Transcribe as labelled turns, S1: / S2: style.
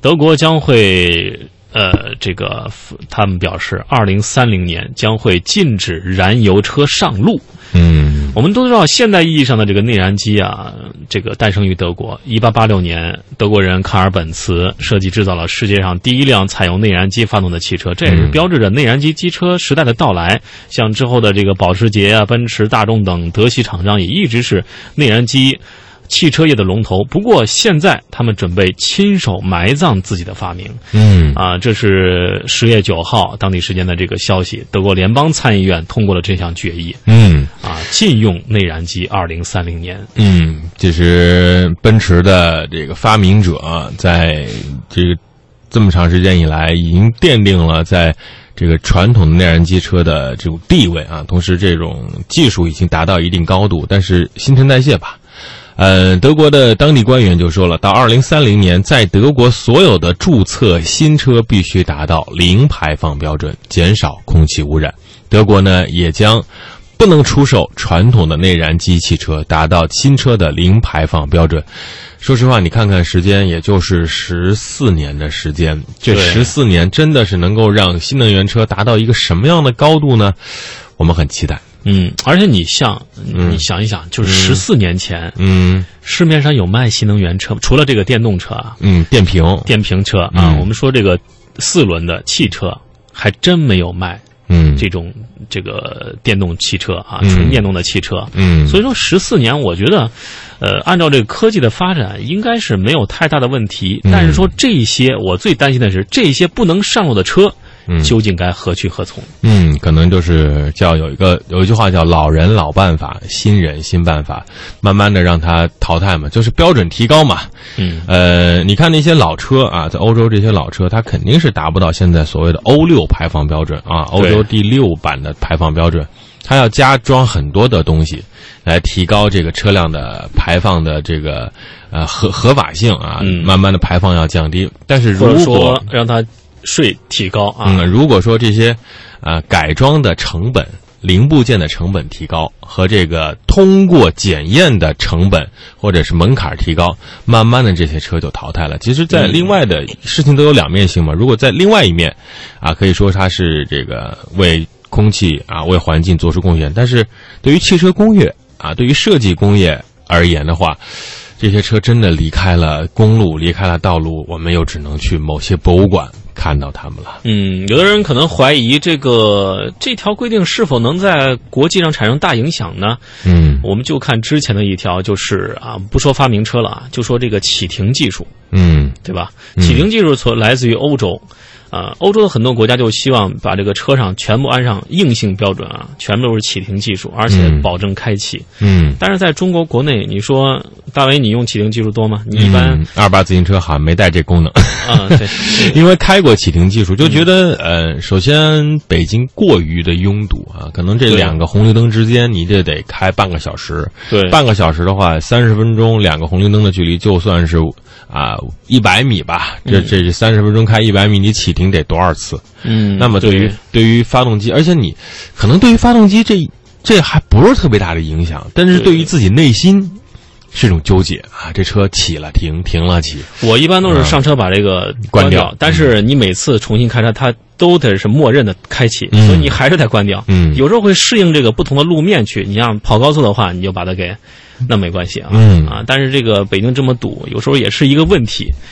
S1: 德国将会呃，这个他们表示，二零三零年将会禁止燃油车上路。
S2: 嗯
S1: 我们都知道，现代意义上的这个内燃机啊，这个诞生于德国。一八八六年，德国人卡尔本茨设计制造了世界上第一辆采用内燃机发动的汽车，这也是标志着内燃机机车时代的到来。像之后的这个保时捷啊、奔驰、大众等德系厂商，也一直是内燃机汽车业的龙头。不过，现在他们准备亲手埋葬自己的发明。
S2: 嗯
S1: 啊，这是十月九号当地时间的这个消息，德国联邦参议院通过了这项决议。
S2: 嗯
S1: 啊，禁用内燃机，二零三零年。
S2: 嗯，这是奔驰的这个发明者，在这个这么长时间以来，已经奠定了在这个传统的内燃机车的这种地位啊。同时，这种技术已经达到一定高度，但是新陈代谢吧。呃，德国的当地官员就说了，到二零三零年，在德国所有的注册新车必须达到零排放标准，减少空气污染。德国呢，也将不能出售传统的内燃机汽车，达到新车的零排放标准。说实话，你看看时间，也就是十四年的时间，这
S1: 对
S2: 十四年真的是能够让新能源车达到一个什么样的高度呢？我们很期待。
S1: 嗯，而且你像，你想一想，就是十四年前，
S2: 嗯
S1: 市面上有卖新能源车，除了这个电动车啊、
S2: 嗯，电瓶，
S1: 电瓶车啊，我们说这个四轮的汽车，还真没有卖
S2: 嗯
S1: 这种这个电动汽车啊，
S2: 嗯
S1: 纯电动的汽车。
S2: 嗯，
S1: 所
S2: 以
S1: 以说，十四年，我觉得，呃，按照这个科技的发展，应该是没有太大的问题。但是说这些，我最担心的是这些不能上路的车，究竟该何去何从？
S2: 嗯，可能就是叫有一个有一句话叫“老人老办法，新人新办法”，慢慢的让它淘汰嘛，就是标准提高嘛。
S1: 嗯
S2: 呃，你看那些老车啊，在欧洲这些老车，它肯定是达不到现在所谓的欧六排放标准啊，欧洲第六版的排放标准，它要加装很多的东西，来提高这个车辆的排放的这个呃合合法性啊，
S1: 嗯
S2: 慢慢的排放要降低。但是如
S1: 或者
S2: 果
S1: 说让它税提高啊。
S2: 嗯，如果说这些，呃，改装的成本、零部件的成本提高和这个通过检验的成本或者是门槛提高，慢慢的这些车就淘汰了。其实，在另外的事情都有两面性嘛。如果在另外一面，啊，可以说它是这个为空气啊、为环境做出贡献，但是对于汽车工业啊、对于设计工业而言的话，这些车真的离开了公路，离开了道路，我们又只能去某些博物馆看到它们了。
S1: 嗯，有的人可能怀疑这个这条规定是否能在国际上产生大影响呢？
S2: 嗯
S1: 我们就看之前的一条，就是啊，不说发明车了啊，就说这个启停技术。
S2: 嗯
S1: 对吧？启停技术从来自于欧洲，啊、欧洲的很多国家就希望把这个车上全部安上硬性标准啊，全部都是启停技术，而且
S2: 嗯
S1: 保证开启。
S2: 嗯，
S1: 但是在中国国内，你说大为你用启停技术多吗？你一般，
S2: 嗯二八自行车好像没带这功能，
S1: 啊、对，对
S2: 因为开过启停技术，就觉得呃，首先北京过于的拥堵啊，可能这
S1: 对
S2: 两个红绿灯之间你这得开半个小时，
S1: 对，
S2: 半个小时的话，三十分钟两个红绿灯的距离就算是啊一百米吧，这这这三十分钟开一百米，你启停得多少次？
S1: 嗯，
S2: 那么对于对于发动机，而且你可能对于发动机这这还不是特别大的影响，但是
S1: 对
S2: 对于自己内心是一种纠结啊，这车起了停，停了起，
S1: 我一般都是上车把这个
S2: 嗯关
S1: 掉，
S2: 掉嗯
S1: 但是你每次重新开车，它都得是默认的开启，
S2: 嗯
S1: 所以你还是得关掉。
S2: 嗯
S1: 有时候会适应这个不同的路面去。你像跑高速的话，你就把它给，那没关系啊。
S2: 嗯
S1: 啊，但是这个北京这么堵，有时候也是一个问题。